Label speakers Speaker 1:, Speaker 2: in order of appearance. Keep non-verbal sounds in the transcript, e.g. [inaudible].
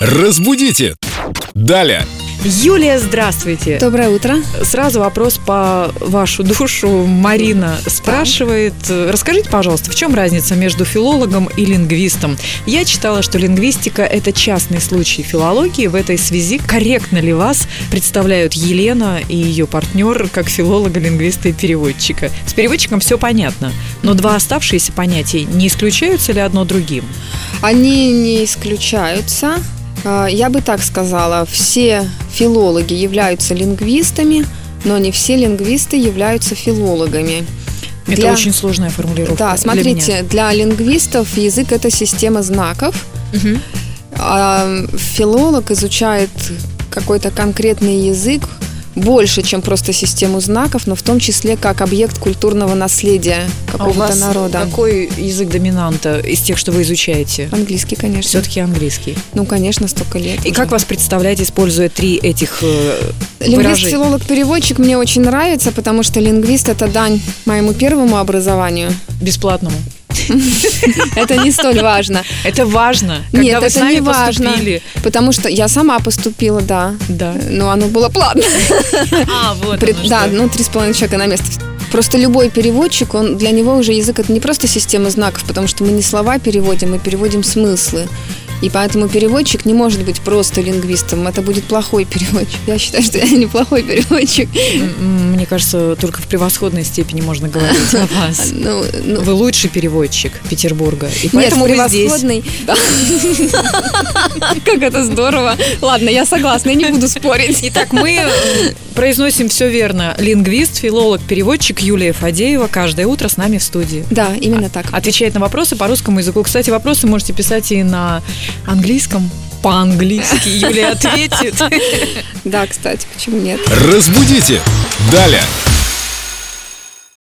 Speaker 1: Разбудите! Далее!
Speaker 2: Юлия, здравствуйте.
Speaker 3: Доброе утро.
Speaker 2: Сразу вопрос по вашу душу. Марина спрашивает. э, Расскажите, пожалуйста, в чем разница между филологом и лингвистом? Я читала, что лингвистика – это частный случай филологии. В этой связи корректно ли вас представляют Елена и ее партнер как филолога, лингвиста и переводчика? С переводчиком все понятно, но два оставшиеся понятия не исключаются ли одно другим?
Speaker 3: Они не исключаются. Э, Я бы так сказала, все филологи являются лингвистами, но не все лингвисты являются филологами.
Speaker 2: Это
Speaker 3: Для-
Speaker 2: очень сложная формулировка.
Speaker 3: Да,
Speaker 2: для меня.
Speaker 3: смотрите, для, лингвистов язык это система знаков.
Speaker 2: Мгм.
Speaker 3: а филолог изучает какой-то конкретный язык больше, чем просто систему знаков, но в том числе как объект культурного наследия
Speaker 2: А у
Speaker 3: какого-то
Speaker 2: вас
Speaker 3: народа.
Speaker 2: какой язык доминанта из тех, что вы изучаете?
Speaker 3: Английский, конечно.
Speaker 2: Все-таки английский.
Speaker 3: Ну, конечно, столько лет.
Speaker 2: И
Speaker 3: уже.
Speaker 2: как вас представлять, используя три этих э,
Speaker 3: Лингвист,
Speaker 2: выражений?
Speaker 3: филолог, переводчик мне очень нравится, потому что лингвист это дань моему первому образованию.
Speaker 2: Бесплатному.
Speaker 3: Это не столь важно,
Speaker 2: Это важно. Когда
Speaker 3: Нет,
Speaker 2: вы
Speaker 3: это
Speaker 2: сами
Speaker 3: не важно.
Speaker 2: поступили.
Speaker 3: потому что я сама поступила, да,
Speaker 2: Да.
Speaker 3: [laughs] но оно было платно.
Speaker 2: А, вот
Speaker 3: При-
Speaker 2: оно что.
Speaker 3: да, ну три с половиной человека на место. Просто любой переводчик, он для него уже язык это не просто система знаков, потому что мы не слова переводим, мы переводим смыслы. И поэтому переводчик не может быть просто лингвистом. Это будет плохой переводчик. Я считаю, что я неплохой переводчик.
Speaker 2: М, М-м, Мне кажется, только в превосходной степени можно говорить [laughs] о вас.
Speaker 3: Ну, ну,
Speaker 2: Вы лучший переводчик Петербурга. И поэтому
Speaker 3: Нет,
Speaker 2: вы здесь.
Speaker 3: превосходный. Да. [laughs] Как это здорово. Ладно, я согласна, я не буду спорить.
Speaker 2: Итак, мы э, произносим все верно. Лингвист, филолог, переводчик Юлия Фадеева каждое утро с нами в студии.
Speaker 3: Да, именно так.
Speaker 2: отвечает на вопросы по русскому языку. Кстати, вопросы можете писать и на английском, по-английски. Юлия ответит.
Speaker 3: Да, кстати, почему нет?
Speaker 1: Разбудите! Далее!